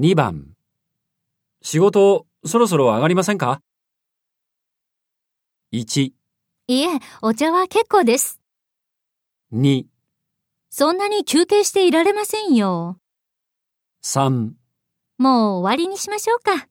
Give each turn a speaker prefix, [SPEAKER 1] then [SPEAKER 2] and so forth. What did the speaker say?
[SPEAKER 1] 2番。仕事、そろそろ上がりませんか ?1、
[SPEAKER 2] いえ、お茶は結構です。
[SPEAKER 1] 2、
[SPEAKER 2] そんなに休憩していられませんよ。
[SPEAKER 1] 3。
[SPEAKER 2] もう終わりにしましょうか。